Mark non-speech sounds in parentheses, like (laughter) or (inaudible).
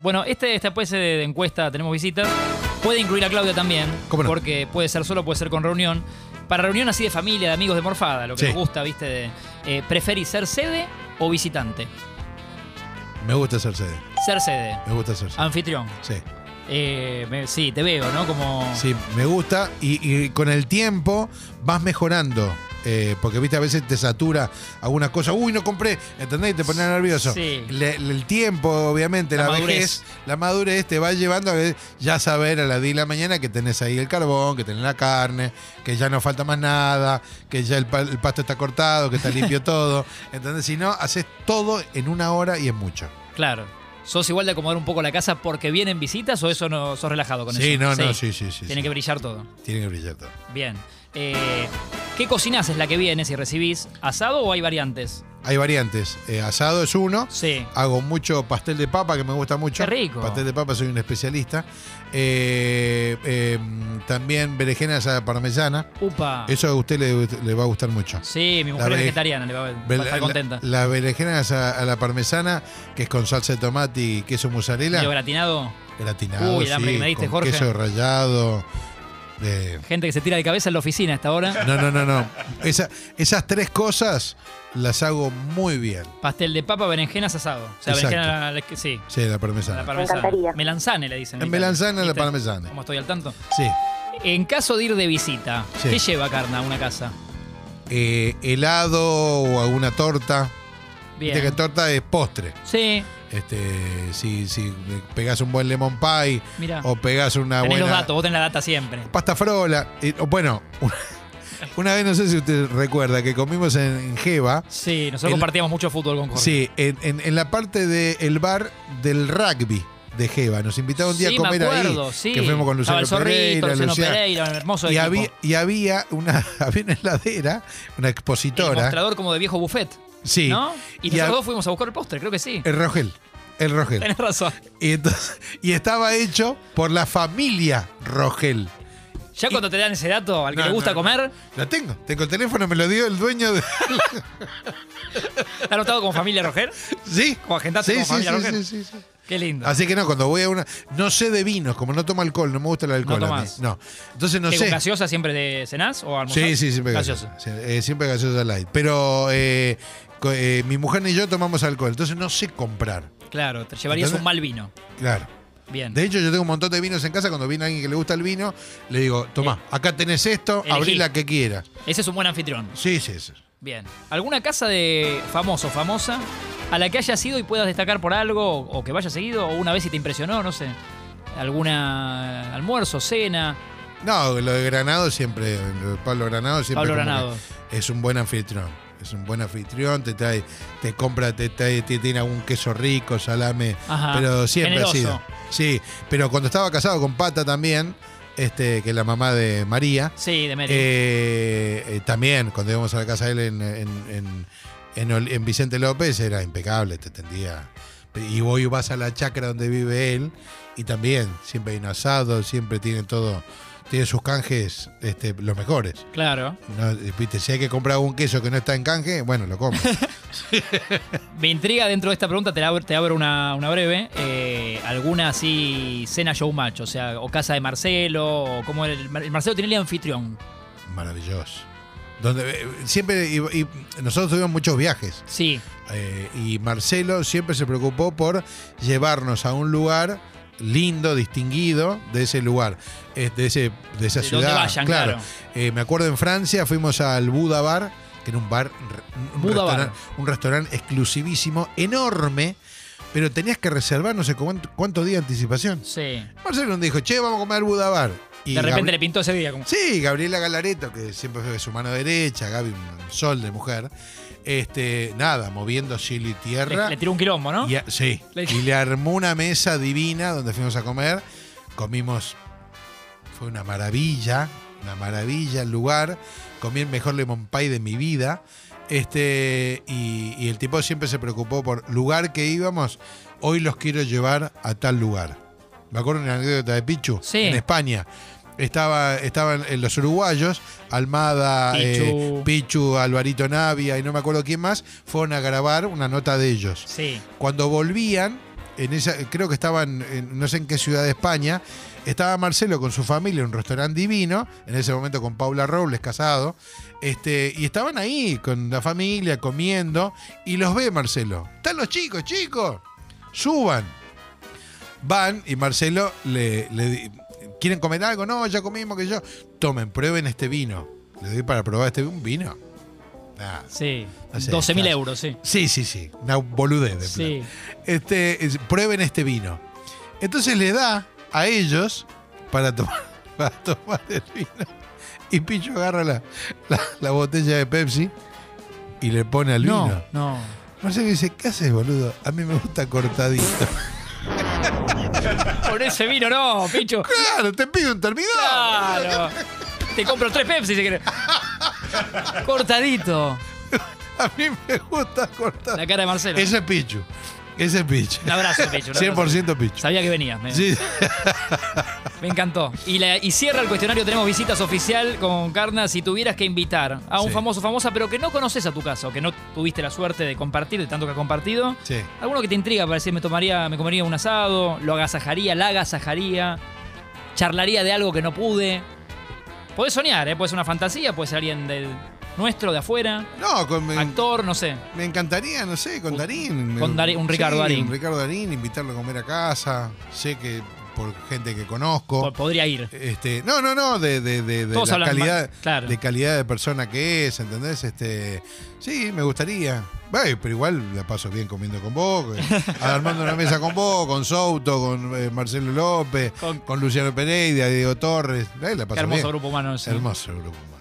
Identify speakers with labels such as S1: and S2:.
S1: Bueno, este, esta especie de encuesta tenemos visitas. Puede incluir a Claudia también,
S2: ¿Cómo no?
S1: porque puede ser solo, puede ser con reunión. Para reunión así de familia, de amigos de morfada, lo que
S2: Sí.
S1: nos gusta, ¿viste? De, eh, ¿Preferís ser sede o visitante?
S2: Me gusta ser sede.
S1: Ser sede,
S2: Me gusta ser sede.
S1: anfitrión.
S2: Sí.
S1: Eh, me- sí, te veo, ¿no? Como.
S2: Sí, me gusta. Y, y con el tiempo vas mejorando. eh, porque viste, a veces te satura alguna cosa. Uy, no compré. ¿Entendés? Y te pones nervioso.
S1: Sí.
S2: Le- le- el tiempo, obviamente,
S1: La
S2: la,
S1: madurez.
S2: vejez, la madurez te va llevando a ver- ya saber a las 10 de la mañana que tenés ahí el carbón, que tenés la carne, que ya no falta más nada, que ya el, pa- el pasto está cortado, que está
S1: (laughs)
S2: limpio todo. ¿Entendés? Si no, haces todo en una hora y es mucho.
S1: Claro. ¿Sos igual de acomodar un poco la casa porque vienen visitas o eso no sos relajado con
S2: sí,
S1: eso?
S2: no, no, sí, sí, sí.
S1: Tiene
S2: sí.
S1: que brillar todo.
S2: Tiene que brillar todo.
S1: Bien. Eh, ¿Qué cocinás es la que viene si recibís? ¿Asado o hay variantes?
S2: Hay variantes. Eh, asado es uno.
S1: Sí.
S2: Hago mucho pastel de papa, que me gusta mucho.
S1: Qué rico.
S2: Pastel de papa, soy un especialista. Eh, eh, también berenjenas a la parmesana.
S1: Upa.
S2: Eso a usted le, le va a gustar mucho.
S1: Sí, mi mujer
S2: La
S1: es
S2: berenj-
S1: vegetariana, le va a, va a estar contenta.
S2: Las berenjenas a, a la parmesana, que es con salsa de tomate y queso
S1: Medio
S2: mozzarella.
S1: gratinado,
S2: Gratinado,
S1: Uy, el hambre
S2: oh, sí,
S1: que me diste,
S2: con
S1: Jorge.
S2: queso rallado. Eh,
S1: gente que se tira de cabeza en la oficina hasta ahora.
S2: no, no, no, no. Esa- esas tres cosas las hago muy bien.
S1: Pastel de papa, berenjenas, asado. O sea,
S2: Exacto.
S1: berenjena, la- la- sí,
S2: Sí, la
S1: a la
S2: parmesana.
S1: parmesana.
S3: encantaría.
S1: Melanzane le dicen.
S2: En
S1: ¿viste?
S2: melanzana a la
S1: ¿Viste?
S2: parmesana.
S1: ¿Cómo estoy al tanto?
S2: Sí.
S1: En caso de ir de visita,
S2: Sí.
S1: ¿qué lleva Carna a una casa?
S2: Eh, helado o alguna torta. Viste que
S1: Bien.
S2: torta es postre.
S1: Sí,
S2: Este, si, si pegás un buen lemon pie
S1: mira.
S2: o pegás Oh, una
S1: Ah. Tenés
S2: buena
S1: los datos, vos tenés la data siempre.
S2: pasta frola. eh, o bueno,
S1: (laughs)
S2: una, una vez no sé si usted recuerda que comimos en, en Jeva.
S1: Sí, nosotros
S2: El-
S1: compartíamos mucho fútbol con Jorge.
S2: Sí, en, en- en la parte del bar del rugby de Jeva. Nos invitaron un día
S1: Sí,
S2: a comer
S1: me acuerdo,
S2: ahí.
S1: sí.
S2: Que fuimos con Luciano
S1: Estaba el Zorrito,
S2: Pereira,
S1: Luciano
S2: Luciano-
S1: Pereira, un hermoso
S2: Y
S1: equipo.
S2: había, y había una, (laughs) había una heladera, una
S1: El
S2: expositora.
S1: mostrador como de viejo buffet,
S2: Sí.
S1: ¿no? Y
S2: Y
S1: nosotros
S2: hab-
S1: dos fuimos a buscar el póster, creo que sí.
S2: El Rogel. El Rogel.
S1: Tenés razón.
S2: Y, entonces- y estaba hecho por la familia Rogel.
S1: Ya cuando te dan ese dato al que
S2: No,
S1: le gusta
S2: no, no.
S1: comer,
S2: Lo tengo, tengo el teléfono, me lo dio el
S1: (laughs)
S2: dueño de.
S1: ¿está anotado como familia Roger?
S2: ¿Sí?
S1: Como agentaste
S2: Sí,
S1: como
S2: sí,
S1: familia
S2: sí,
S1: Rogel.
S2: sí, sí, sí.
S1: Qué lindo.
S2: Así que no, cuando voy a una. No sé de vinos, como no tomo alcohol, no me gusta el alcohol.
S1: No
S2: a mí.
S1: tomás.
S2: no. Entonces no
S1: ¿Qué,
S2: sé.
S1: con gaseosa siempre de cenás o almorzás?
S2: Sí, sí, siempre gaseosa.
S1: gaseosa.
S2: Sí, eh, siempre gaseosa light. Pero eh, co- eh, mi mujer y yo tomamos alcohol, entonces no sé comprar.
S1: Claro, te llevarías
S2: ¿Entendés?
S1: un mal vino.
S2: Claro.
S1: Bien.
S2: De hecho, yo tengo un montón de vinos en casa. Cuando viene alguien que le gusta el vino, le digo, tomá, acá tenés esto,
S1: Eh, Elegí.
S2: abrí la que quieras.
S1: Ese es un buen anfitrión.
S2: Sí, sí, sí.
S1: Bien. ¿Alguna casa de famoso, famosa, a la que hayas ido y puedas destacar por algo, o que vayas seguido, o una vez y te impresionó, no sé? ¿Alguna almuerzo, cena?
S2: No, lo de Granado siempre, lo de Pablo Granado siempre.
S1: Pablo
S2: como que
S1: Granado.
S2: Es un buen anfitrión. Es un buen anfitrión, te trae, te compra, te, trae, te tiene algún queso rico, salame.
S1: Ajá.
S2: Pero siempre
S1: Ah, Generoso.
S2: ha sido. Sí, pero cuando estaba casado con Pata también, este, que es la mamá de María,
S1: Sí, de Mérida.
S2: eh, eh, también cuando íbamos a la casa de él en, en- en- en Ol- en Vicente López era impecable, te tendía. Y hoy vas a la chacra donde vive él y también siempre hay un asado, siempre tiene todo, tiene sus canjes este, los mejores.
S1: claro.
S2: No, viste, si hay que comprar un queso que no está en canje, bueno, lo compro.
S1: Me intriga dentro de esta pregunta, te, la abro- te abro una, una breve. eh, ¿Alguna así cena showmatch? O sea, o casa de Marcelo, o como el, el Marcelo Tinelli anfitrión.
S2: Maravilloso. Donde, eh, siempre, iba- y nosotros tuvimos muchos viajes.
S1: Sí,
S2: Eh, y Marcelo siempre se preocupó por llevarnos a un lugar lindo, distinguido de ese lugar, eh, de, ese, de esa
S1: De donde
S2: ciudad.
S1: vayan, claro.
S2: Eh, me acuerdo en Francia fuimos al Buda Bar, que era un bar, un,
S1: Buda Bar.
S2: restaurante, un restaurante exclusivísimo, enorme, pero tenías que reservar no sé cuánto, cuánto día de anticipación.
S1: sí.
S2: Marcelo nos dijo, che, vamos a comer al Buda Bar. Y
S1: de repente
S2: Gabri-
S1: le pintó ese día. Como,
S2: Sí, Gabriela Galareto, que siempre fue su mano derecha, Gaby, un sol de mujer. Este, nada, moviendo cielo y
S1: le,
S2: tierra.
S1: le tiró un quilombo, ¿no?
S2: Y a- sí.
S1: Le-
S2: Y le armó una mesa divina donde fuimos a comer. Comimos. Fue una maravilla. Una maravilla el lugar. Comí el mejor lemon pie de mi vida. Este. Y, y el tipo siempre se preocupó por lugar que íbamos. Hoy los quiero llevar a tal lugar. Me acuerdo una anécdota de Pichu
S1: Sí.
S2: en España. Estaba, estaban eh, los uruguayos, Almada,
S1: Pichu.
S2: eh, Pichu, Alvarito Navia y no me acuerdo quién más, fueron a grabar una nota de ellos.
S1: Sí.
S2: Cuando volvían, en esa, creo que estaban, en- no sé en qué ciudad de España, estaba Marcelo con su familia en un restaurante divino, en ese momento con Paula Robles, casado, este, y estaban ahí con la familia, comiendo, y los ve Marcelo. Están los chicos, chicos, suban. Van y Marcelo le, le di- ¿Quieren comer algo? No, ya comimos que yo. Tomen, prueben este vino. Le doy para probar este un vino. Nah,
S1: Sí.
S2: No sé,
S1: 12.000
S2: Ah, claro.
S1: euros, sí.
S2: Sí, sí, sí. Una boludez de
S1: Sí.
S2: plata. Este, es- prueben este vino. Entonces le da a ellos para tomar, (laughs) para tomar el vino. Y Picho agarra la, la- la botella de Pepsi y le pone al
S1: No,
S2: vino.
S1: no.
S2: Marcelo dice, ¿qué haces, boludo? A mí me gusta cortadito. (laughs)
S1: Con ese vino no, picho.
S2: claro, te pido un termidor.
S1: Claro. Te compro tres Pepsi si
S2: (laughs)
S1: querés. Cortadito.
S2: A mí me gusta cortadito.
S1: La cara de Marcelo.
S2: Ese es Pichu. Ese es Pichu.
S1: Un abrazo, Pichu. un abrazo.
S2: 100% Pichu.
S1: Sabía que venía. Me,
S2: Sí.
S1: me encantó. Y, la- y cierra el cuestionario. Tenemos visitas oficial con Carna. Si tuvieras que invitar a un
S2: Sí.
S1: famoso famosa, pero que no conoces a tu casa, o que no tuviste la suerte de compartir, de tanto que ha compartido,
S2: Sí.
S1: alguno que te intriga para decir, me, tomaría, me comería un asado, lo agasajaría, la agasajaría, charlaría de algo que no pude. Podés soñar, ¿eh? puede ser una fantasía, puede ser alguien del nuestro, de afuera,
S2: No, con, me,
S1: actor, no sé.
S2: me encantaría, no sé, con
S1: Un-
S2: Darín.
S1: con Darín, un Ricardo
S2: Sí,
S1: Darín.
S2: Un Ricardo Darín, invitarlo a comer a casa. Sé que por gente que
S1: Po-
S2: conozco.
S1: Podría ir.
S2: Este, no, no, no, de, de, de, de
S1: Todos
S2: la
S1: hablan
S2: calidad,
S1: mal, claro.
S2: de calidad de persona que es, ¿entendés? Este, sí, me gustaría. Ay, pero igual la paso bien comiendo con vos,
S1: (laughs)
S2: eh, armando una mesa con vos, con Souto, con eh, Marcelo López,
S1: Con-
S2: con, Luciano Pereira, Diego Torres. Ay, la
S1: Qué
S2: paso
S1: hermoso
S2: bien.
S1: grupo humano ese.
S2: Hermoso grupo humano.